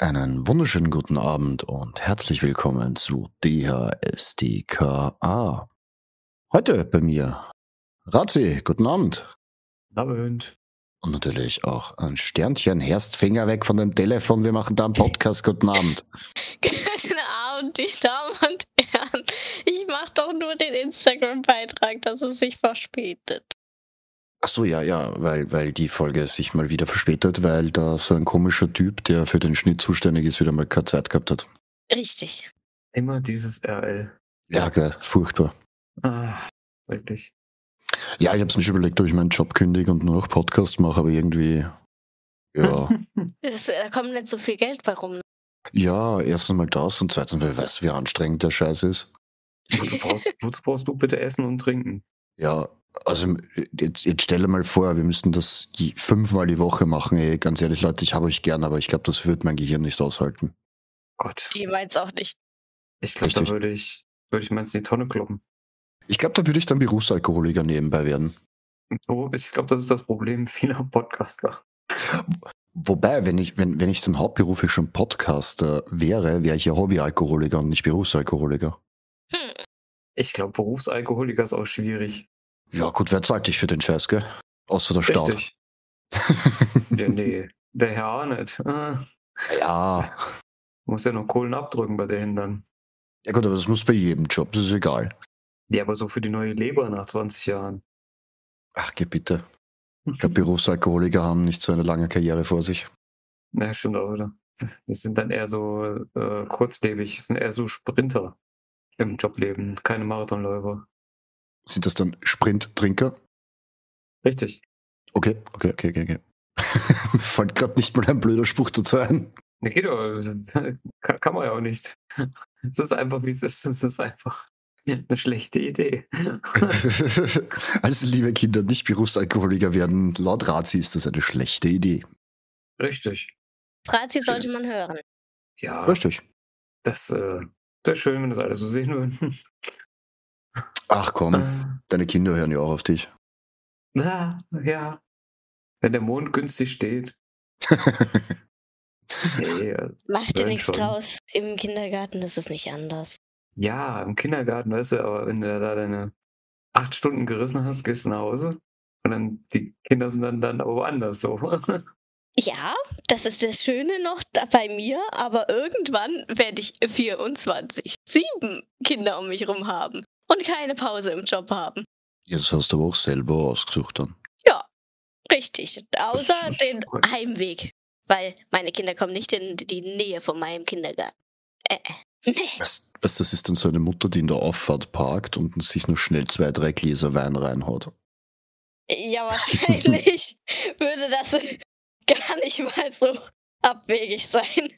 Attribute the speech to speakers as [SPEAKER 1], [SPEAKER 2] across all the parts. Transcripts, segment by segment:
[SPEAKER 1] Einen wunderschönen guten Abend und herzlich willkommen zu DHSDKA. Heute bei mir Razi, guten Abend.
[SPEAKER 2] Abend.
[SPEAKER 1] Und natürlich auch ein Sternchen, Herstfinger weg von dem Telefon, wir machen da einen Podcast, guten Abend.
[SPEAKER 3] Guten Abend, die Damen und Herren. Ich mache doch nur den Instagram-Beitrag, dass es sich verspätet.
[SPEAKER 1] Ach so, ja, ja, weil, weil die Folge sich mal wieder verspätet, weil da so ein komischer Typ, der für den Schnitt zuständig ist, wieder mal keine Zeit gehabt hat.
[SPEAKER 3] Richtig.
[SPEAKER 2] Immer dieses RL.
[SPEAKER 1] Ja, geil, furchtbar.
[SPEAKER 2] Ah, wirklich.
[SPEAKER 1] Ja, ich habe mir schon überlegt, ob ich meinen Job kündige und nur noch Podcast mache, aber irgendwie, ja.
[SPEAKER 3] Es, da kommt nicht so viel Geld bei rum.
[SPEAKER 1] ja, erstens mal das und zweitens, weil ich weiß, wie anstrengend der Scheiß ist.
[SPEAKER 2] Wozu brauchst, wozu brauchst du bitte Essen und Trinken?
[SPEAKER 1] Ja, also jetzt, jetzt stelle mal vor, wir müssten das je- fünfmal die Woche machen. Ey, ganz ehrlich, Leute, ich habe euch gern, aber ich glaube, das wird mein Gehirn nicht aushalten.
[SPEAKER 2] Gott.
[SPEAKER 3] Jemals auch nicht.
[SPEAKER 2] Ich glaube, da
[SPEAKER 1] Richtig.
[SPEAKER 2] würde ich, würde ich meins in die Tonne kloppen.
[SPEAKER 1] Ich glaube, da würde ich dann Berufsalkoholiker nebenbei werden.
[SPEAKER 2] Oh, ich glaube, das ist das Problem vieler Podcaster.
[SPEAKER 1] Wobei, wenn ich, wenn, wenn ich dann hauptberuflich schon Podcaster wäre, wäre ich ja Hobbyalkoholiker und nicht Berufsalkoholiker.
[SPEAKER 3] Hm.
[SPEAKER 2] Ich glaube, Berufsalkoholiker ist auch schwierig.
[SPEAKER 1] Ja, gut, wer zahlt dich für den Scheiß, gell? Außer der Staat.
[SPEAKER 2] Richtig. Der, nee, der Herr Arnett. Ah,
[SPEAKER 1] ja.
[SPEAKER 2] muss ja noch Kohlen abdrücken bei den Händlern.
[SPEAKER 1] Ja gut, aber das muss bei jedem Job, das ist egal.
[SPEAKER 2] Ja, aber so für die neue Leber nach 20 Jahren. Hm.
[SPEAKER 1] Ach, geh bitte. Ich glaube, Berufsalkoholiker haben nicht so eine lange Karriere vor sich.
[SPEAKER 2] Na, stimmt auch wieder. Das sind dann eher so äh, kurzlebig, sind eher so Sprinter im Jobleben, keine Marathonläufer.
[SPEAKER 1] Sind das dann Sprinttrinker?
[SPEAKER 2] Richtig.
[SPEAKER 1] Okay, okay, okay, okay. okay. Mir fällt gerade nicht mal ein blöder Spruch dazu ein.
[SPEAKER 2] Ne, geht doch. Kann, kann man ja auch nicht. Es ist einfach, wie es ist. Es ist einfach eine schlechte Idee.
[SPEAKER 1] also, liebe Kinder, nicht Berufsalkoholiker werden. Laut Razi ist das eine schlechte Idee.
[SPEAKER 2] Richtig.
[SPEAKER 3] Frazi sollte man hören.
[SPEAKER 2] Ja,
[SPEAKER 1] Richtig.
[SPEAKER 2] das, äh, das ist schön, wenn das alle so sehen würden.
[SPEAKER 1] Ach komm,
[SPEAKER 2] Äh,
[SPEAKER 1] deine Kinder hören ja auch auf dich.
[SPEAKER 2] Na, ja. Wenn der Mond günstig steht. Nee, äh,
[SPEAKER 3] Mach dir
[SPEAKER 2] Nein,
[SPEAKER 3] nichts
[SPEAKER 2] schon.
[SPEAKER 3] draus. Im Kindergarten ist es nicht anders.
[SPEAKER 2] Ja, im Kindergarten, weißt du, aber wenn du da deine acht Stunden gerissen hast, gehst du nach Hause und dann die Kinder sind dann, dann aber woanders so.
[SPEAKER 3] Ja, das ist das Schöne noch da bei mir, aber irgendwann werde ich 24, sieben Kinder um mich rum haben und keine Pause im Job haben.
[SPEAKER 1] Jetzt hast du aber auch selber ausgesucht dann.
[SPEAKER 3] Richtig, außer
[SPEAKER 2] ist
[SPEAKER 3] den
[SPEAKER 2] korrekt.
[SPEAKER 3] Heimweg, weil meine Kinder kommen nicht in die Nähe von meinem Kindergarten. Äh, äh, nee.
[SPEAKER 1] Was, was, das ist dann so eine Mutter, die in der Auffahrt parkt und sich nur schnell zwei, drei Gläser Wein reinhaut.
[SPEAKER 3] Ja, wahrscheinlich würde das gar nicht mal so abwegig sein.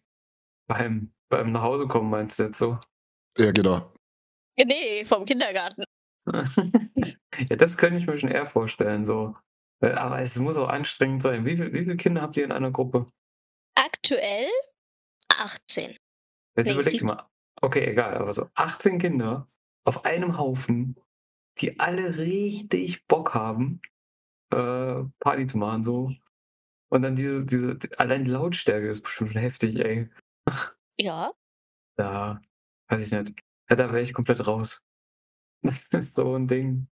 [SPEAKER 2] beim, beim Nachhausekommen meinst du jetzt so?
[SPEAKER 1] Ja, genau.
[SPEAKER 3] Nee, vom Kindergarten.
[SPEAKER 2] ja, das könnte ich mir schon eher vorstellen, so. Äh, Aber es muss auch anstrengend sein. Wie, viel, wie viele Kinder habt ihr in einer Gruppe?
[SPEAKER 3] Aktuell 18.
[SPEAKER 2] Jetzt
[SPEAKER 3] Nee,
[SPEAKER 2] überleg dir
[SPEAKER 3] sieben.
[SPEAKER 2] mal. Okay, egal, aber so 18 Kinder auf einem Haufen, die alle richtig Bock haben, äh, Party zu machen, so. Und dann diese, diese, allein die Lautstärke ist bestimmt schon heftig, ey.
[SPEAKER 3] Ja,
[SPEAKER 2] Da, weiß ich nicht. Ja, da wäre ich komplett raus. Das ist so ein Ding.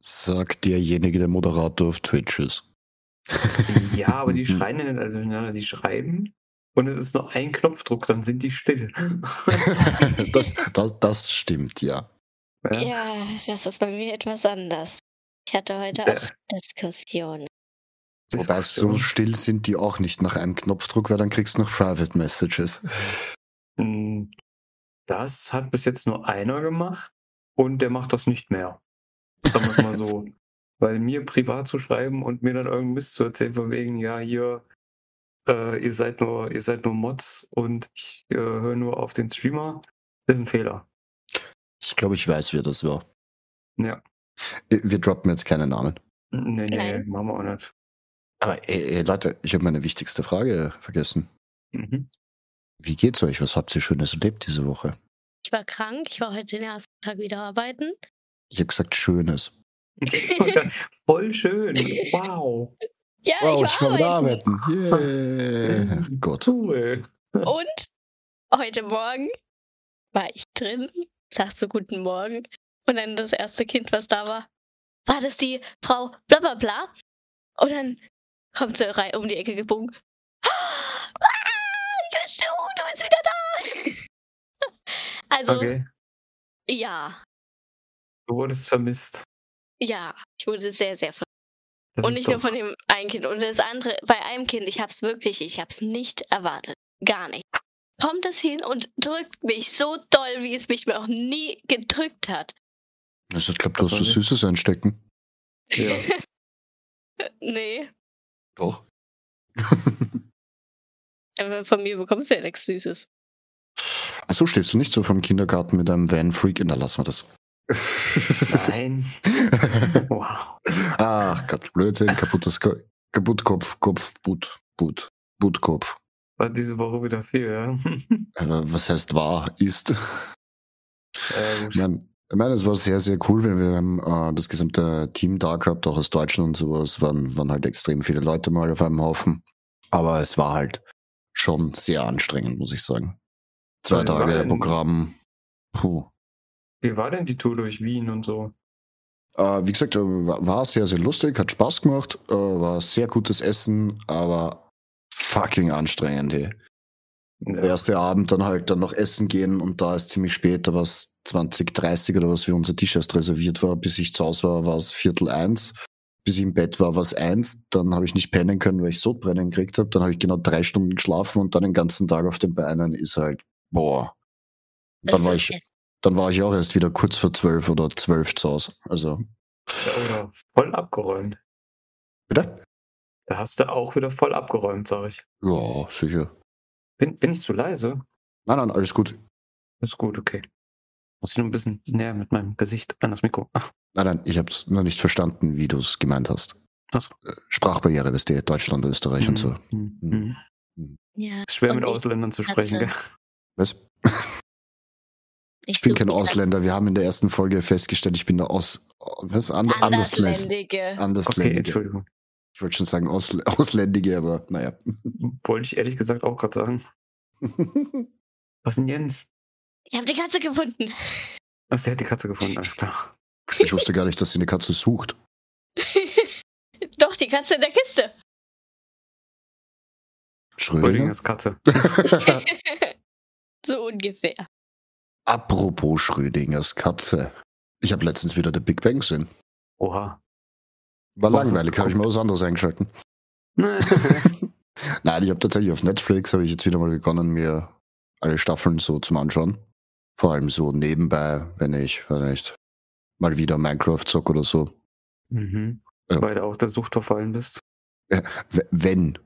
[SPEAKER 1] Sagt derjenige, der Moderator auf Twitch ist.
[SPEAKER 2] Ja, aber
[SPEAKER 1] Mhm.
[SPEAKER 2] die schreien also, ja nicht alle miteinander, die schreiben. Und es ist nur ein Knopfdruck, dann sind die still.
[SPEAKER 1] das, das, das stimmt, ja.
[SPEAKER 2] Ja.
[SPEAKER 3] ja, das ist bei mir etwas anders. Ich hatte heute
[SPEAKER 2] Ja.
[SPEAKER 3] auch Diskussionen.
[SPEAKER 1] Wobei so still sind die auch nicht nach einem Knopfdruck, weil dann kriegst du noch Private Messages.
[SPEAKER 2] Mm, Das hat bis jetzt nur einer gemacht und der macht das nicht mehr. Sagen wir es mal so. Weil mir privat zu schreiben und mir dann irgendeinen Mist zu erzählen, von wegen, ja, hier, äh, ihr seid nur, ihr seid nur Mods und ich äh, höre nur auf den Streamer, ist ein Fehler.
[SPEAKER 1] Ich glaube, ich weiß, wer das war.
[SPEAKER 2] Ja.
[SPEAKER 1] Äh, Wir droppen jetzt keine Namen.
[SPEAKER 2] Nee, nee,
[SPEAKER 3] Nein.
[SPEAKER 2] machen wir auch nicht.
[SPEAKER 1] Aber äh, äh, Leute, ich habe meine wichtigste Frage vergessen.
[SPEAKER 2] Mhm.
[SPEAKER 1] Wie geht's euch? Was habt ihr Schönes erlebt diese Woche?
[SPEAKER 3] Ich war krank, ich war heute den ersten Tag wieder arbeiten.
[SPEAKER 1] Ich habe gesagt Schönes.
[SPEAKER 2] Voll schön. Wow.
[SPEAKER 3] Ja,
[SPEAKER 1] Wow,
[SPEAKER 3] ich war, arbeiten.
[SPEAKER 1] wieder arbeiten. Yeah. Gott.
[SPEAKER 2] Cool.
[SPEAKER 3] Und heute Morgen war ich drin, sagte guten Morgen. Und dann das erste Kind, was da war, war das die Frau bla bla bla. Und dann kommt sie rein um die Ecke gebogen. Ah, Christu, du bist wieder da! also,
[SPEAKER 2] Okay.
[SPEAKER 3] ja,
[SPEAKER 2] Du wurdest vermisst.
[SPEAKER 3] ja, ich wurde sehr, sehr
[SPEAKER 2] Das
[SPEAKER 3] Und
[SPEAKER 2] ist
[SPEAKER 3] nicht nur
[SPEAKER 2] doch-
[SPEAKER 3] von dem einen Kind. Und das andere, bei einem Kind, ich hab's wirklich, ich hab's nicht erwartet. Gar nicht. Kommt es hin und drückt mich so doll, wie es mich noch nie gedrückt hat.
[SPEAKER 1] Also ich glaube, du hast
[SPEAKER 2] Das war
[SPEAKER 1] was
[SPEAKER 2] nicht-
[SPEAKER 1] Süßes einstecken.
[SPEAKER 2] Ja.
[SPEAKER 3] Äh, Nee,
[SPEAKER 1] Doch.
[SPEAKER 3] aber von mir bekommst du ja nichts Süßes.
[SPEAKER 1] Achso, stehst du nicht so vom Kindergarten mit einem Van Freak in, dann lassen wir das.
[SPEAKER 2] Nein. Wow.
[SPEAKER 1] Ach Gott, Blödsinn, kaputtes Ko Kaputtkopf, Kopf, Boot, Boot, Bootkopf.
[SPEAKER 2] War diese Woche wieder viel, ja.
[SPEAKER 1] Aber was heißt war, ist.
[SPEAKER 2] ja gut.
[SPEAKER 1] Ich meine, ich mein, es war sehr, sehr cool, weil wir haben äh, das gesamte Team da gehabt, auch aus Deutschland und sowas, waren, waren halt extrem viele Leute mal auf einem Haufen. Aber es war halt schon sehr anstrengend, muss ich sagen. Zwei
[SPEAKER 2] Ja, wir
[SPEAKER 1] Tage
[SPEAKER 2] waren-
[SPEAKER 1] Programm. Puh.
[SPEAKER 2] Wie war denn die Tour durch Wien und so?
[SPEAKER 1] Äh, wie gesagt, äh, war war sehr, sehr lustig, hat Spaß gemacht, äh, war sehr gutes Essen, aber fucking anstrengend. Hey. Der
[SPEAKER 2] Ja.
[SPEAKER 1] erste Abend dann halt dann noch essen gehen und da ist ziemlich spät, da war es 20, 30 oder was, wie unser Tisch erst reserviert war. Bis ich zu Hause war, war es Viertel eins. Bis ich im Bett war, war es eins. Dann habe ich nicht pennen können, weil ich Sodbrennen gekriegt habe. Dann habe ich genau drei Stunden geschlafen und dann den ganzen Tag auf den Beinen ist halt, boah. Und Dann
[SPEAKER 3] Das
[SPEAKER 1] war,
[SPEAKER 3] ist
[SPEAKER 1] ich, dann war ich auch erst wieder kurz vor zwölf oder zwölf zu Hause. Also,
[SPEAKER 2] ja. Oder voll abgeräumt.
[SPEAKER 1] bitte?
[SPEAKER 2] Da hast du auch wieder voll abgeräumt, sag ich.
[SPEAKER 1] Ja, sicher.
[SPEAKER 2] Bin, bin ich zu leise?
[SPEAKER 1] Nein, nein, alles gut.
[SPEAKER 2] Ist gut, okay. Muss ich nur ein bisschen näher mit meinem Gesicht an das Mikro. Ach,
[SPEAKER 1] Nein, nein, ich habe es nur nicht verstanden, wie du es gemeint hast.
[SPEAKER 2] Ach so.
[SPEAKER 1] Äh, Sprachbarriere, weißt du, Deutschland, Österreich und so.
[SPEAKER 2] hm,
[SPEAKER 1] Mhm.
[SPEAKER 2] hm.
[SPEAKER 3] Ja,
[SPEAKER 2] Ist schwer
[SPEAKER 3] Und
[SPEAKER 2] mit
[SPEAKER 3] ich
[SPEAKER 2] Ausländern zu sprechen, gell?
[SPEAKER 3] hatte-
[SPEAKER 1] Was?
[SPEAKER 3] ich
[SPEAKER 1] Ich bin
[SPEAKER 3] suche
[SPEAKER 1] kein
[SPEAKER 3] die
[SPEAKER 1] Ausländer. Wir haben in der ersten Folge festgestellt, ich bin der Aus... Was? And
[SPEAKER 3] ganz
[SPEAKER 1] Andersländige.
[SPEAKER 3] Andersländige.
[SPEAKER 2] Okay,
[SPEAKER 1] Andersländige.
[SPEAKER 2] Entschuldigung.
[SPEAKER 1] ich wollte schon sagen Ausl Ausländige, aber naja.
[SPEAKER 2] Wollte ich ehrlich gesagt auch gerade sagen. Was ist denn Jens?
[SPEAKER 3] Ich habe die Katze gefunden.
[SPEAKER 2] Ach, sie hat die Katze gefunden, alles klar.
[SPEAKER 1] ich wusste gar nicht, dass sie eine Katze sucht.
[SPEAKER 3] Doch, die Katze in der Kiste.
[SPEAKER 1] Schrödinger?
[SPEAKER 2] Rödingers Katze.
[SPEAKER 3] so ungefähr.
[SPEAKER 1] Apropos Schrödingers Katze. Ich habe letztens wieder The Big Bang gesehen.
[SPEAKER 2] Oha.
[SPEAKER 1] War
[SPEAKER 2] Was ist
[SPEAKER 1] langweilig, habe ich mal was anderes eingeschalten.
[SPEAKER 2] Na,
[SPEAKER 1] Nein, ich habe tatsächlich auf Netflix habe ich jetzt wieder mal begonnen, mir alle Staffeln so zum Anschauen. Vor allem so nebenbei, wenn ich vielleicht mal wieder Minecraft zocke oder so.
[SPEAKER 2] mhm.
[SPEAKER 1] Ja.
[SPEAKER 2] Weil du auch der Sucht verfallen bist.
[SPEAKER 1] W wenn.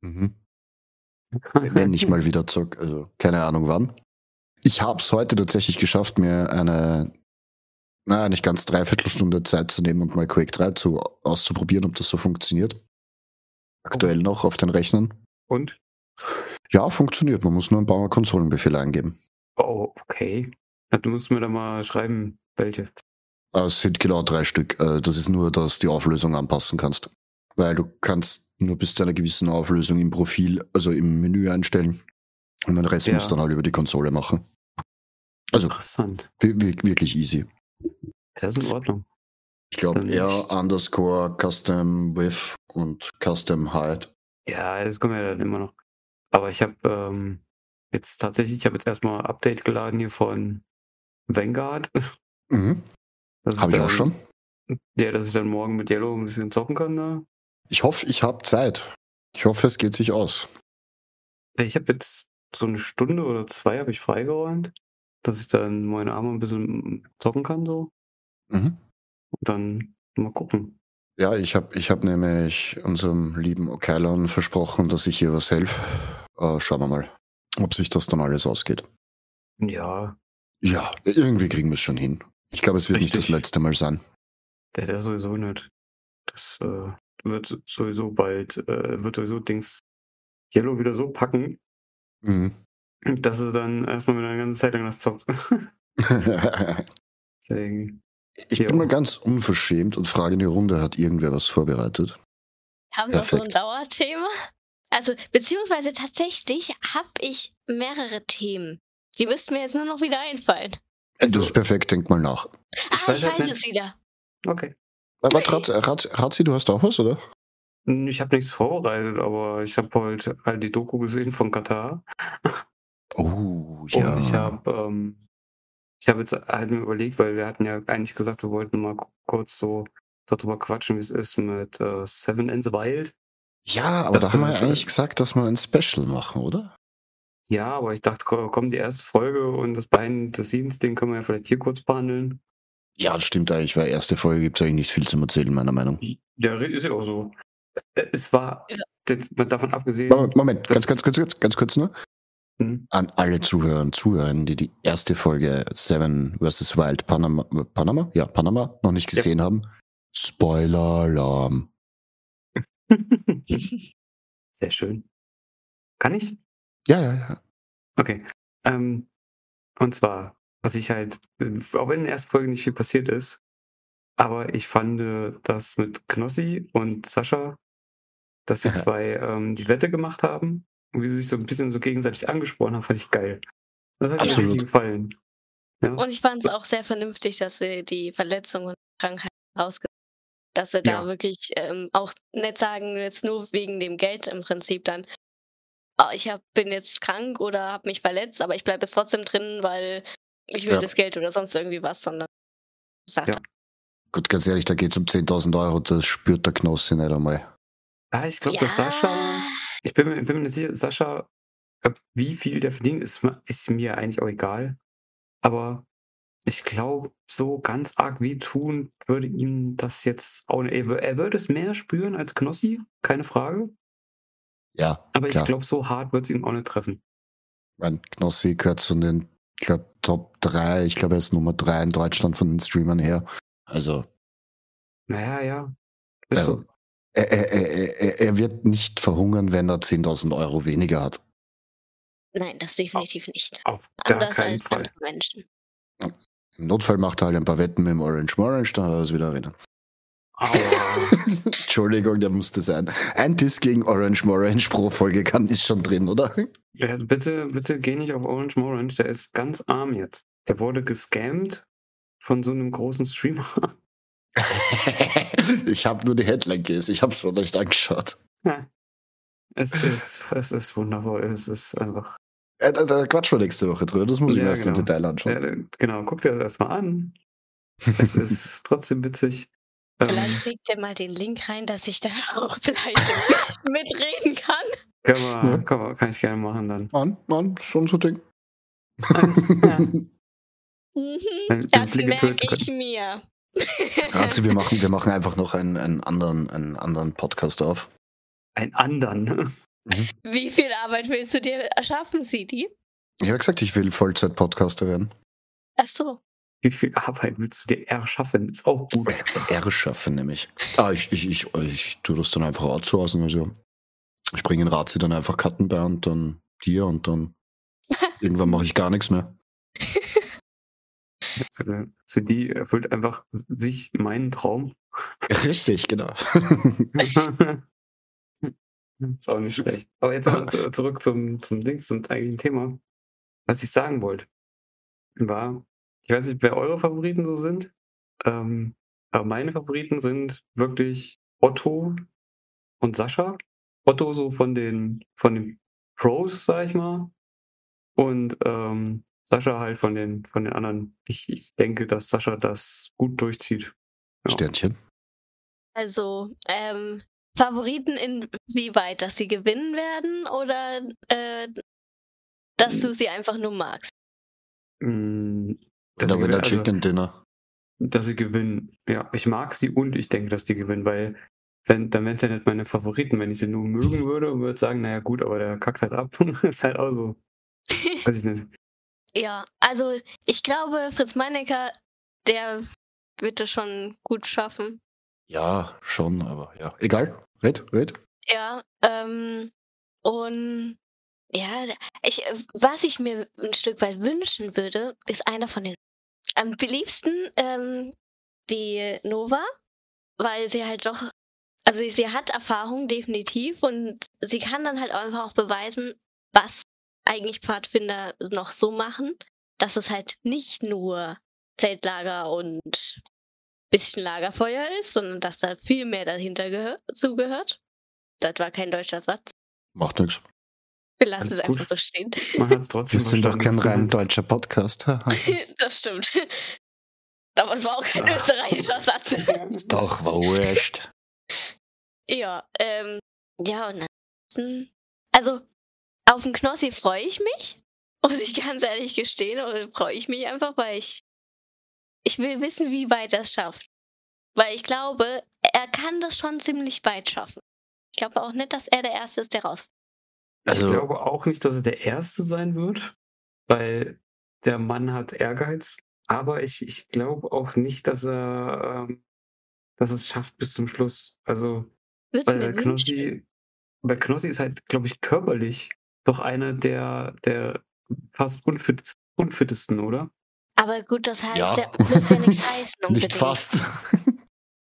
[SPEAKER 1] Mhm. Wenn ich mal wieder zocke, also keine Ahnung wann. Ich habe es heute tatsächlich geschafft, mir eine, naja, nicht ganz Dreiviertelstunde Zeit zu nehmen und mal Quake 3 zu, auszuprobieren, ob das so funktioniert. Aktuell noch auf den Rechnern.
[SPEAKER 2] Und?
[SPEAKER 1] Ja, funktioniert. Man muss nur ein paar Konsolenbefehle eingeben.
[SPEAKER 2] Oh, okay. Na, du musst mir da mal schreiben, welche.
[SPEAKER 1] Äh, Es sind genau drei Stück. Äh, Das ist nur, dass du die Auflösung anpassen kannst. Weil du kannst nur bis zu einer gewissen Auflösung im Profil, also im Menü einstellen. Und den Rest
[SPEAKER 2] Ja.
[SPEAKER 1] musst du dann halt über die Konsole machen. Also
[SPEAKER 2] Interessant.
[SPEAKER 1] wir- wir- wirklich easy.
[SPEAKER 2] Das ist in Ordnung.
[SPEAKER 1] Ich glaube
[SPEAKER 2] Dann-
[SPEAKER 1] R underscore custom with und custom hide.
[SPEAKER 2] Ja, das kommen ja dann immer noch. Aber ich habe ähm, jetzt tatsächlich, ich habe jetzt erstmal ein Update geladen hier von Vanguard.
[SPEAKER 1] Mhm.
[SPEAKER 2] Das ist
[SPEAKER 1] Habe ich
[SPEAKER 2] dann-
[SPEAKER 1] auch schon.
[SPEAKER 2] Ja, dass ich dann morgen mit Yellow ein bisschen zocken kann. Ne?
[SPEAKER 1] Ich hoffe, ich habe Zeit. Ich hoffe, es geht sich aus.
[SPEAKER 2] Ich habe jetzt so eine Stunde oder zwei habe ich freigeräumt, dass ich dann meine Arme ein bisschen zocken kann so.
[SPEAKER 1] Mhm.
[SPEAKER 2] Und dann mal gucken.
[SPEAKER 1] Ja, ich hab, ich hab nämlich unserem lieben O'Kellern versprochen, dass ich hier was helfe. Äh, schauen wir mal, ob sich das dann alles ausgeht.
[SPEAKER 2] Ja,
[SPEAKER 1] Ja, irgendwie kriegen wir es schon hin. Ich glaube, es wird nicht das
[SPEAKER 2] Richtig.
[SPEAKER 1] letzte Mal sein.
[SPEAKER 2] der der sowieso nicht. Das äh, wird sowieso bald, äh, wird sowieso Dings Yellow wieder so packen,
[SPEAKER 1] Mhm.
[SPEAKER 2] dass er dann erstmal wieder eine ganze Zeit lang das zockt. Deswegen.
[SPEAKER 1] ich
[SPEAKER 2] Ja.
[SPEAKER 1] bin mal ganz unverschämt und frage in die Runde, hat irgendwer was vorbereitet?
[SPEAKER 3] Haben wir noch so ein
[SPEAKER 1] Perfekt.
[SPEAKER 3] Dauerthema? Also, beziehungsweise tatsächlich habe ich mehrere Themen. Die müssten mir jetzt nur noch wieder einfallen.
[SPEAKER 2] Also,
[SPEAKER 1] Das ist perfekt, denk mal nach.
[SPEAKER 3] ah,
[SPEAKER 2] weiß
[SPEAKER 3] ich
[SPEAKER 2] halt
[SPEAKER 3] weiß
[SPEAKER 2] nicht.
[SPEAKER 3] es wieder.
[SPEAKER 2] okay.
[SPEAKER 1] Aber Rat, Rat, Ratzi, du hast auch was, oder?
[SPEAKER 2] Ich habe nichts vorbereitet, aber ich habe heute halt die Doku gesehen von Katar.
[SPEAKER 1] Oh,
[SPEAKER 2] Und ich habe ähm, ich hab jetzt halt mir überlegt, weil wir hatten ja eigentlich gesagt, wir wollten mal ku- kurz so darüber quatschen, wie es ist mit äh, Seven in the Wild.
[SPEAKER 1] ja, aber da
[SPEAKER 2] dachte
[SPEAKER 1] haben wir
[SPEAKER 2] mir
[SPEAKER 1] ja
[SPEAKER 2] schon.
[SPEAKER 1] eigentlich gesagt, dass wir ein Special machen, oder?
[SPEAKER 2] Ja, aber ich dachte, ko- komm, die erste Folge und das Bein des Scenes, den können wir ja vielleicht hier kurz behandeln.
[SPEAKER 1] Ja, das stimmt eigentlich, weil erste Folge gibt es eigentlich nicht viel zum Erzählen, meiner Meinung.
[SPEAKER 2] Der ist ja auch so. Äh, Es war,
[SPEAKER 3] Ja.
[SPEAKER 2] jetzt mal davon abgesehen,
[SPEAKER 1] Moment, Moment ganz, ganz,
[SPEAKER 2] Das-
[SPEAKER 1] kurz, ganz, ganz kurz, ne?
[SPEAKER 2] hm,
[SPEAKER 1] An alle Zuhörer und Zuhörerinnen, die die erste Folge Seven vs. Wild Panama, Panama? Ja, Panama noch nicht
[SPEAKER 2] Ja.
[SPEAKER 1] gesehen haben. Spoiler-Alarm.
[SPEAKER 2] hm. sehr schön. Kann ich?
[SPEAKER 1] Ja, ja, ja.
[SPEAKER 2] Okay. Ähm, und zwar, was ich halt, äh, auch wenn in der ersten Folge nicht viel passiert ist, aber ich fand äh, das mit Knossi und Sascha, dass die
[SPEAKER 1] Ja.
[SPEAKER 2] zwei ähm, die Wette gemacht haben und wie sie sich so ein bisschen so gegenseitig angesprochen haben, fand ich geil. Das hat mir
[SPEAKER 1] Absolut.
[SPEAKER 2] richtig gefallen. Ja.
[SPEAKER 3] Und ich fand es auch sehr vernünftig, dass sie die Verletzungen und Krankheiten rausgenommen haben. Dass sie da
[SPEAKER 2] Ja.
[SPEAKER 3] wirklich ähm, auch nicht sagen, jetzt nur wegen dem Geld im Prinzip dann, oh, ich hab, bin jetzt krank oder habe mich verletzt, aber ich bleibe jetzt trotzdem drin, weil ich will
[SPEAKER 1] Ja.
[SPEAKER 3] das Geld oder sonst irgendwie was, sondern gesagt,
[SPEAKER 2] Ja.
[SPEAKER 3] haben,
[SPEAKER 1] Gut, ganz ehrlich, da geht es um 10.000 Euro, das spürt der Knossi nicht einmal.
[SPEAKER 2] ja, ich glaube,
[SPEAKER 3] ja,
[SPEAKER 2] dass Sascha, ich bin, mir- bin mir nicht sicher, Sascha, äh, wie viel der verdient, ist, mir- ist mir eigentlich auch egal. Aber ich glaube, so ganz arg wehtun würde ihm das jetzt auch nicht. Er wür- er würde es mehr spüren als Knossi, keine Frage.
[SPEAKER 1] Ja,
[SPEAKER 2] Aber
[SPEAKER 1] Klar.
[SPEAKER 2] ich glaube, so hart wird es ihn auch nicht treffen.
[SPEAKER 1] mein Knossi gehört zu den, ich glaube, Top 3. Ich glaube, er ist Nummer 3 in Deutschland von den Streamern her. Also,
[SPEAKER 2] Naja, ja. Ist
[SPEAKER 1] äh,
[SPEAKER 2] so.
[SPEAKER 1] er, er, er, er, er wird nicht verhungern, wenn er 10.000 Euro weniger hat.
[SPEAKER 3] nein, das definitiv nicht.
[SPEAKER 2] Auf gar
[SPEAKER 3] Anders
[SPEAKER 2] keinen
[SPEAKER 3] als
[SPEAKER 2] Fall. Ähm.
[SPEAKER 3] andere Menschen.
[SPEAKER 1] Im Notfall macht er halt ein paar Wetten mit dem Orange Morange, dann hat er es wieder erinnert.
[SPEAKER 2] Aber
[SPEAKER 1] Entschuldigung, der musste sein. Ein Diss gegen Orange Morange pro Folge kann ist schon drin, oder?
[SPEAKER 2] ja, bitte, bitte geh nicht auf Orange Morange, der ist ganz arm jetzt. Der wurde gescammt von so einem großen Streamer.
[SPEAKER 1] ich habe nur die Headline gelesen, ich habe es noch nicht angeschaut.
[SPEAKER 2] Es ist, es ist wundervoll, es ist einfach.
[SPEAKER 1] Äh, da, da quatschen wir nächste Woche drüber, das muss ich
[SPEAKER 2] Ja,
[SPEAKER 1] mir erst
[SPEAKER 2] genau.
[SPEAKER 1] im Detail anschauen.
[SPEAKER 2] Ja, genau, guck dir das erstmal an. Es ist trotzdem witzig. Ähm,
[SPEAKER 3] Vielleicht schickt ihr mal den Link rein, dass ich dann auch vielleicht ein bisschen mitreden kann.
[SPEAKER 2] Kann, man,
[SPEAKER 1] Ja.
[SPEAKER 2] kann, man, kann ich gerne machen dann.
[SPEAKER 1] Nein, nein, schon so Ding.
[SPEAKER 2] Ja.
[SPEAKER 3] Mhm,
[SPEAKER 2] Wenn- wenn
[SPEAKER 3] das
[SPEAKER 2] Blicke töten
[SPEAKER 3] merke ich
[SPEAKER 2] können.
[SPEAKER 3] mir.
[SPEAKER 1] Ratzi, Also wir machen, wir machen einfach noch einen, einen, anderen, einen anderen Podcast auf.
[SPEAKER 2] Einen anderen. Mhm.
[SPEAKER 3] Wie viel Arbeit willst du dir erschaffen, Sidi?
[SPEAKER 1] Ich habe gesagt, ich will Vollzeit-Podcaster werden.
[SPEAKER 3] Ach so.
[SPEAKER 2] Wie viel Arbeit willst du dir erschaffen? Ist auch gut.
[SPEAKER 1] R schaffen nämlich. Ah, ich, ich, ich, ich tue das dann einfach outsourcen. Also ich bringe den Ratzi dann einfach Karten bei und dann dir und dann irgendwann mache ich gar nichts mehr.
[SPEAKER 2] CD Also, erfüllt einfach sich meinen Traum.
[SPEAKER 1] Richtig, genau.
[SPEAKER 2] ist auch nicht schlecht. Aber jetzt mal zu- zurück zum, zum Dings, zum eigentlichen Thema. Was ich sagen wollte, war, ich weiß nicht, wer eure Favoriten so sind, ähm, aber meine Favoriten sind wirklich Otto und Sascha. Otto so von den, von den Pros, sag ich mal. Und ähm, Sascha halt von den, von den anderen. Ich, ich denke, dass Sascha das gut durchzieht.
[SPEAKER 1] Sternchen.
[SPEAKER 3] Also, ähm, Favoriten inwieweit, dass sie gewinnen werden oder äh, dass du sie einfach nur magst?
[SPEAKER 2] Mm, dass
[SPEAKER 1] Oder
[SPEAKER 2] sie
[SPEAKER 1] wenn der
[SPEAKER 2] gewinnt, also-
[SPEAKER 1] Chicken Dinner.
[SPEAKER 2] dass sie gewinnen. Ja, ich mag sie und ich denke, dass die gewinnen, weil wenn, dann wären es ja nicht meine Favoriten, wenn ich sie nur mögen würde und würde sagen, naja gut, aber der kackt halt ab. ist halt auch so. Weiß ich nicht.
[SPEAKER 3] ja, also ich glaube, Fritz Meinecker, der wird das schon gut schaffen.
[SPEAKER 1] Ja, schon, aber ja. Egal. Red, red.
[SPEAKER 3] Ja, ähm, und ja, ich, äh, was ich mir ein Stück weit wünschen würde, ist einer von den am beliebsten ähm, die Nova, weil sie halt doch Also sie, sie hat Erfahrung, definitiv, und sie kann dann halt einfach auch beweisen, was eigentlich Pfadfinder noch so machen, dass es halt nicht nur Zeltlager und bisschen Lagerfeuer ist, sondern dass da viel mehr dahinter gehö- zugehört. Das war kein deutscher Satz.
[SPEAKER 1] Macht nichts.
[SPEAKER 3] Wir lassen
[SPEAKER 2] Alles
[SPEAKER 3] es einfach
[SPEAKER 2] gut.
[SPEAKER 3] so stehen.
[SPEAKER 2] Man hat es trotzdem
[SPEAKER 1] Wir sind doch
[SPEAKER 2] verstanden,
[SPEAKER 1] kein
[SPEAKER 2] was du
[SPEAKER 1] rein
[SPEAKER 2] willst.
[SPEAKER 1] deutscher Podcast.
[SPEAKER 3] das stimmt. Aber es war auch kein
[SPEAKER 2] Ah.
[SPEAKER 3] österreichischer Satz.
[SPEAKER 2] halt
[SPEAKER 1] doch, war wurscht.
[SPEAKER 3] Ja, ähm, ja, und ansonsten, also auf den Knossi freue ich mich, muss ich ganz ehrlich gestehen, und freue ich mich einfach, weil ich, ich will wissen, wie weit er es schafft. Weil ich glaube, er kann das schon ziemlich weit schaffen. Ich glaube auch nicht, dass er der Erste ist, der rausfällt.
[SPEAKER 2] Ich
[SPEAKER 1] Also-
[SPEAKER 2] glaube auch nicht, dass er der Erste sein wird, weil der Mann hat Ehrgeiz. Aber ich, ich glaube auch nicht, dass er ähm, dass es schafft bis zum Schluss. Also
[SPEAKER 3] Würde
[SPEAKER 2] Weil der
[SPEAKER 3] mir wünschen.
[SPEAKER 2] Knossi, bei Knossi ist halt, glaube ich, körperlich doch einer der, der fast unfit, unfittesten, oder?
[SPEAKER 3] Aber gut, das heißt,
[SPEAKER 1] Ja.
[SPEAKER 3] ja, muss ja nichts heißen.
[SPEAKER 1] Nicht
[SPEAKER 3] unbedingt.
[SPEAKER 1] fast.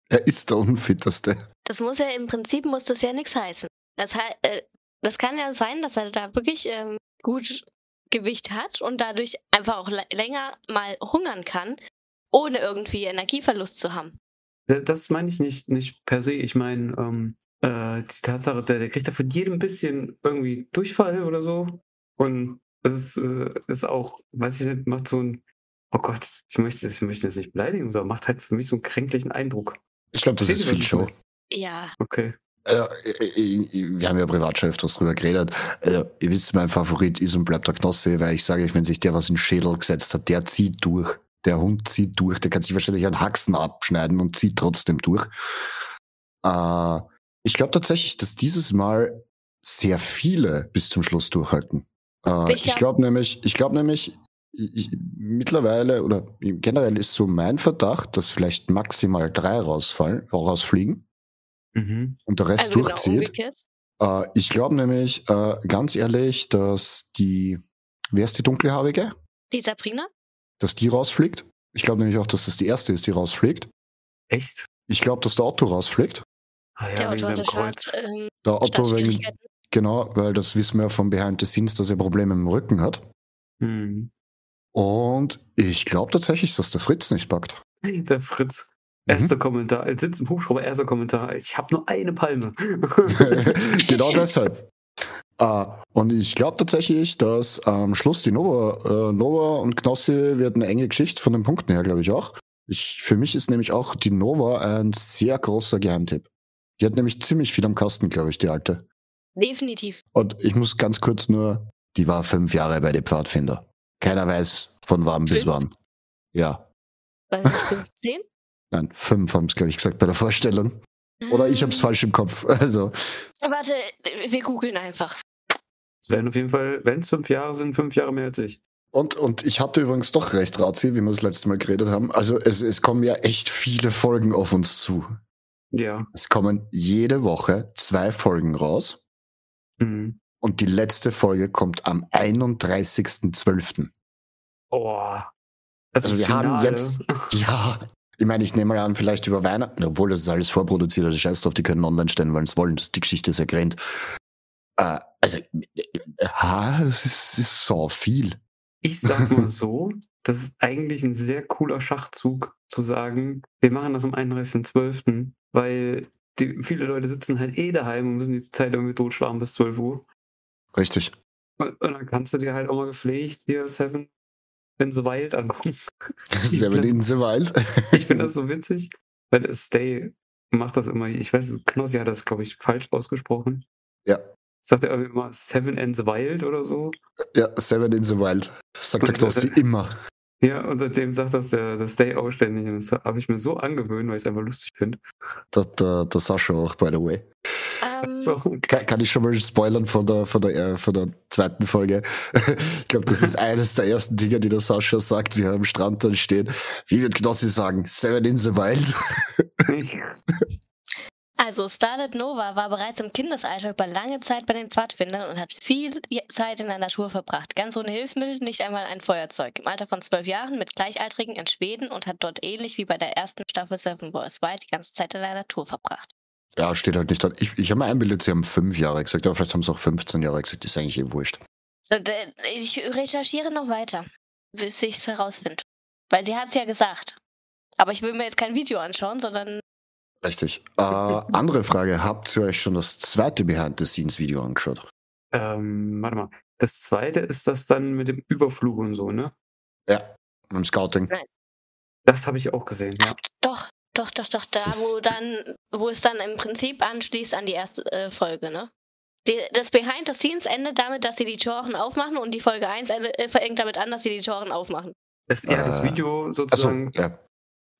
[SPEAKER 1] er ist der Unfitteste.
[SPEAKER 3] Das muss ja im Prinzip muss das ja nichts heißen. Das, hei- äh, das kann ja sein, dass er da wirklich ähm, gut Gewicht hat und dadurch einfach auch lä- länger mal hungern kann, ohne irgendwie Energieverlust zu haben.
[SPEAKER 2] Da- Das meine ich nicht, nicht per se. Ich meine, ähm, äh, die Tatsache, der, der kriegt da von jedem bisschen irgendwie Durchfall oder so. Und das ist, äh, ist auch, weiß ich nicht, macht so ein, oh Gott, ich möchte, ich möchte das nicht beleidigen, sondern macht halt für mich so einen kränklichen Eindruck.
[SPEAKER 1] Ich glaube, das
[SPEAKER 2] Versteht
[SPEAKER 1] ist
[SPEAKER 2] ihr, was
[SPEAKER 1] viel
[SPEAKER 2] ich
[SPEAKER 1] Show.
[SPEAKER 2] meine?
[SPEAKER 3] Ja,
[SPEAKER 2] Okay.
[SPEAKER 1] Ja, ich- ich- ich- Äh, wir haben ja privat schon öfters drüber geredet. Also, ihr wisst, mein Favorit ist und bleibt der Knosse, weil ich sage euch, wenn sich der was in den Schädel gesetzt hat, der zieht durch. Der Hund zieht durch. Der kann sich wahrscheinlich einen Haxen abschneiden und zieht trotzdem durch. Äh, ich glaube tatsächlich, dass dieses Mal sehr viele bis zum Schluss durchhalten. Äh,
[SPEAKER 3] Ich
[SPEAKER 1] ich
[SPEAKER 3] glaub-
[SPEAKER 1] glaube nämlich, ich glaube nämlich, ich, ich, mittlerweile oder generell ist so mein Verdacht, dass vielleicht maximal drei rausfallen, rausfliegen
[SPEAKER 2] Mhm.
[SPEAKER 1] und der Rest
[SPEAKER 3] also genau
[SPEAKER 1] durchzieht.
[SPEAKER 3] umgekehrt.
[SPEAKER 1] Äh, ich glaube nämlich, äh, ganz ehrlich, dass die, wer ist die dunkelhaarige?
[SPEAKER 3] Die Sabrina?
[SPEAKER 1] Dass die rausfliegt. Ich glaube nämlich auch, dass das die erste ist, die rausfliegt.
[SPEAKER 2] Echt?
[SPEAKER 1] Ich glaube, dass der Otto rausfliegt.
[SPEAKER 2] Ah
[SPEAKER 3] der
[SPEAKER 2] ja, wegen
[SPEAKER 3] Autor
[SPEAKER 2] seinem
[SPEAKER 3] der
[SPEAKER 2] Kreuz.
[SPEAKER 3] Stadt, ähm,
[SPEAKER 1] Der Otto wegen,
[SPEAKER 3] Startschwierigkeiten.
[SPEAKER 1] genau, weil das wissen wir von Behind the Scenes, dass er Probleme im Rücken hat.
[SPEAKER 2] Mhm.
[SPEAKER 1] Und ich glaube tatsächlich, dass der Fritz nicht packt.
[SPEAKER 2] Der Fritz.
[SPEAKER 1] Mhm.
[SPEAKER 2] Erster Kommentar, er sitzt im Hubschrauber, erster Kommentar, ich habe nur eine Palme.
[SPEAKER 1] genau deshalb. Äh, und ich glaube tatsächlich, dass am Schluss die Nova, äh, Nova und Knossi wird eine enge Geschichte von den Punkten her, glaube ich auch. Ich, für mich ist nämlich auch die Nova ein sehr großer Geheimtipp. Die hat nämlich ziemlich viel am Kasten, glaube ich, die alte.
[SPEAKER 3] Definitiv.
[SPEAKER 1] Und ich muss ganz kurz nur, die war fünf Jahre bei den Pfadfinder. Keiner weiß von wann bis
[SPEAKER 3] Fünf?
[SPEAKER 1] wann. Ja,
[SPEAKER 3] Weil ich 15?
[SPEAKER 1] nein, fünf haben es, glaube ich, gesagt bei der Vorstellung. Oder ich
[SPEAKER 3] Mm.
[SPEAKER 1] habe es falsch im Kopf. Also,
[SPEAKER 3] Ähm, Warte, wir googeln einfach.
[SPEAKER 2] Es werden auf jeden Fall, wenn es fünf Jahre sind, fünf Jahre mehr als ich.
[SPEAKER 1] Und, und ich hatte übrigens doch recht, Razi, wie wir das letzte Mal geredet haben. Also es, es kommen ja echt viele Folgen auf uns zu.
[SPEAKER 2] Ja.
[SPEAKER 1] Es kommen jede Woche zwei Folgen raus.
[SPEAKER 2] Mhm.
[SPEAKER 1] Und die letzte Folge kommt am 31.12.
[SPEAKER 2] Oh. Das
[SPEAKER 1] Also
[SPEAKER 2] ist
[SPEAKER 1] wir haben
[SPEAKER 2] Finale.
[SPEAKER 1] jetzt- Ja. Ich meine, ich nehme mal an, vielleicht über Weihnachten, obwohl das ist alles vorproduziert, also scheiß drauf, die können online stellen, weil sie wollen, dass die Geschichte ist ergrenzt. Äh, also, äh, ha, das ist, ist so viel.
[SPEAKER 2] Ich sag mal so, das ist eigentlich ein sehr cooler Schachzug, zu sagen, wir machen das am 31.12., weil die, viele Leute sitzen halt eh daheim und müssen die Zeit irgendwie totschlagen bis 12 Uhr.
[SPEAKER 1] Richtig.
[SPEAKER 2] Und, und dann kannst du dir halt auch mal gepflegt hier Seven in the Wild angucken.
[SPEAKER 1] Seven
[SPEAKER 2] Das-
[SPEAKER 1] in the Wild.
[SPEAKER 2] Ich finde das so witzig, weil es Stay macht das immer. Ich weiß, Knossi hat das, glaube ich, falsch ausgesprochen.
[SPEAKER 1] Ja.
[SPEAKER 2] Sagt er irgendwie immer Seven and the Wild oder so?
[SPEAKER 1] Ja, Seven in the Wild. Sagt der
[SPEAKER 2] Und das-
[SPEAKER 1] Knossi immer.
[SPEAKER 2] Ja, und seitdem sagt das der, der Stay auch ständig. Und das habe ich mir so angewöhnt, weil ich es einfach lustig finde.
[SPEAKER 1] Der, der, der Sascha auch, by the way.
[SPEAKER 3] Ähm,
[SPEAKER 2] So.
[SPEAKER 1] Kann, kann ich schon mal spoilern von der, von der, äh, von der zweiten Folge? Ich glaube, das ist eines der ersten Dinge, die der Sascha sagt, wie er am Strand dann steht. Wie wird Knossi sagen? Seven in the Wild.
[SPEAKER 2] Ich,
[SPEAKER 3] Also Starlet Nova war bereits im Kindesalter über lange Zeit bei den Pfadfindern und hat viel je- Zeit in der Natur verbracht, ganz ohne Hilfsmittel, nicht einmal ein Feuerzeug. Im Alter von zwölf Jahren mit Gleichaltrigen in Schweden und hat dort ähnlich wie bei der ersten Staffel Seven Boys White die ganze Zeit in der Natur verbracht.
[SPEAKER 1] Ja, steht halt nicht dran. Ich, ich habe mir einbildet, sie haben fünf Jahre gesagt, aber vielleicht haben sie auch 15 Jahre gesagt, ist eigentlich eh wurscht.
[SPEAKER 3] So, d- ich recherchiere noch weiter, bis ich es herausfinde. Weil sie hat es ja gesagt. Aber ich will mir jetzt kein Video anschauen, sondern
[SPEAKER 1] Richtig. Äh, andere Frage, habt ihr euch schon das zweite Behind-the-Scenes-Video angeschaut?
[SPEAKER 2] Ähm, warte mal. Das zweite ist das dann mit dem Überflug und so, ne?
[SPEAKER 1] Ja. Im Scouting.
[SPEAKER 2] Das habe ich auch gesehen, ja.
[SPEAKER 3] doch, doch, doch, doch, da,
[SPEAKER 1] Das ist-
[SPEAKER 3] wo dann, wo es dann im Prinzip anschließt an die erste äh, Folge, ne? Die, das Behind the Scenes endet damit, dass sie die Toren aufmachen und die Folge 1 endet, äh, fängt damit an, dass sie die Toren aufmachen.
[SPEAKER 2] Das, ja, das
[SPEAKER 1] Äh,
[SPEAKER 2] Video
[SPEAKER 1] Achso,
[SPEAKER 2] sozusagen
[SPEAKER 1] ja.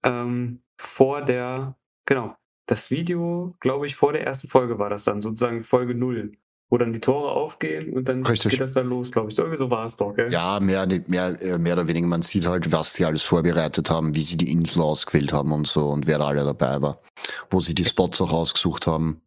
[SPEAKER 2] ähm, vor der, genau, das Video, glaube ich, vor der ersten Folge war das dann, sozusagen Folge null, wo dann die Tore aufgehen und dann
[SPEAKER 1] Richtig.
[SPEAKER 2] geht das dann los, glaube ich. So, Irgendwie so war es doch, gell?
[SPEAKER 1] Ja, mehr, mehr, äh, mehr oder weniger. Man sieht halt, was sie alles vorbereitet haben, wie sie die Insel ausgewählt haben und so und wer da alle dabei war. Wo sie die Spots auch ausgesucht haben.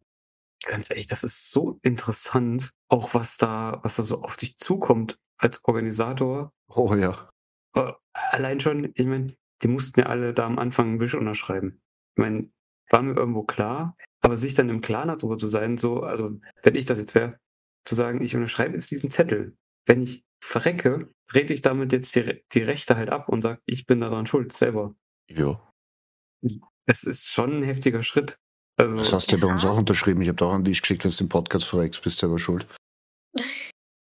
[SPEAKER 2] Ganz ehrlich, das ist so interessant, auch was da, was da so auf dich zukommt als Organisator.
[SPEAKER 1] Oh ja.
[SPEAKER 2] Äh, Allein schon, ich meine, die mussten ja alle da am Anfang einen Wisch unterschreiben. Ich meine, war mir irgendwo klar, aber sich dann im Klaren darüber zu sein, so, also wenn ich das jetzt wäre, zu sagen, ich unterschreibe jetzt diesen Zettel. Wenn ich verrecke, rede ich damit jetzt die, Re- die Rechte halt ab und sage, ich bin daran schuld, selber.
[SPEAKER 1] Ja.
[SPEAKER 2] Es ist schon ein heftiger Schritt. Also,
[SPEAKER 1] Das hast du ja bei uns auch unterschrieben. Ich habe da auch einen Wisch geschickt, wenn du den Podcast verreckst, bist du aber schuld.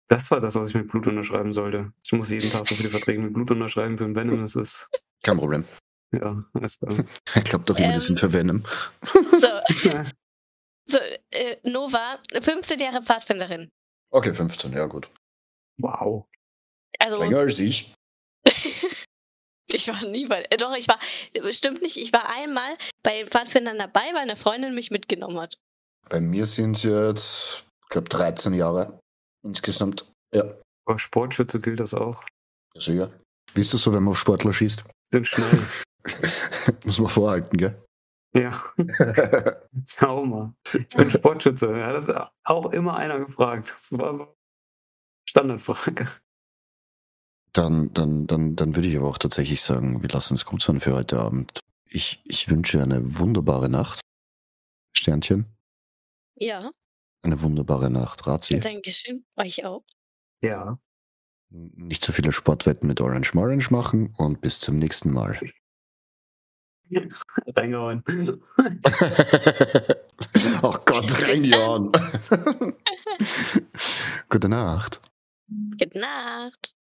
[SPEAKER 2] das war das, was ich mit Blut unterschreiben sollte. Ich muss jeden Tag so viele Verträge mit Blut unterschreiben für ein Venom. Das ist,
[SPEAKER 1] Kein Problem.
[SPEAKER 2] ja, alles klar.
[SPEAKER 1] Ich glaube doch immer, die
[SPEAKER 3] Ähm.
[SPEAKER 1] sind für Venom.
[SPEAKER 3] So,
[SPEAKER 2] äh,
[SPEAKER 3] so äh, Nova, 15 Jahre Pfadfinderin.
[SPEAKER 1] Okay, 15, ja gut.
[SPEAKER 2] wow.
[SPEAKER 3] Also,
[SPEAKER 1] Länger als ich.
[SPEAKER 3] ich war nie bei. Äh, doch, ich war. Bestimmt nicht. Ich war einmal bei den Pfadfindern dabei, weil eine Freundin mich mitgenommen hat.
[SPEAKER 1] Bei mir sind es jetzt, ich glaube, 13 Jahre insgesamt. Ja,
[SPEAKER 2] Aber Sportschütze gilt das auch.
[SPEAKER 1] sicher. Wie ist das so, wenn man auf Sportler schießt?
[SPEAKER 2] Die Sind schnell.
[SPEAKER 1] Muss man vorhalten, gell?
[SPEAKER 2] ja, schau mal. Ich bin Sportschütze. Ja, das ist auch immer einer gefragt. Das war so Standardfrage.
[SPEAKER 1] Dann, dann, dann, dann würde ich aber auch tatsächlich sagen, wir lassen es gut sein für heute Abend. Ich, ich wünsche eine wunderbare Nacht. Sternchen,
[SPEAKER 3] Ja,
[SPEAKER 1] eine wunderbare Nacht. Razi,
[SPEAKER 3] danke schön. Euch auch.
[SPEAKER 2] Ja.
[SPEAKER 1] nicht zu viele Sportwetten mit Orange Morange machen und bis zum nächsten Mal.
[SPEAKER 2] Reingehauen.
[SPEAKER 1] Ach Gott, reingehauen. Gute Nacht.
[SPEAKER 3] Gute Nacht.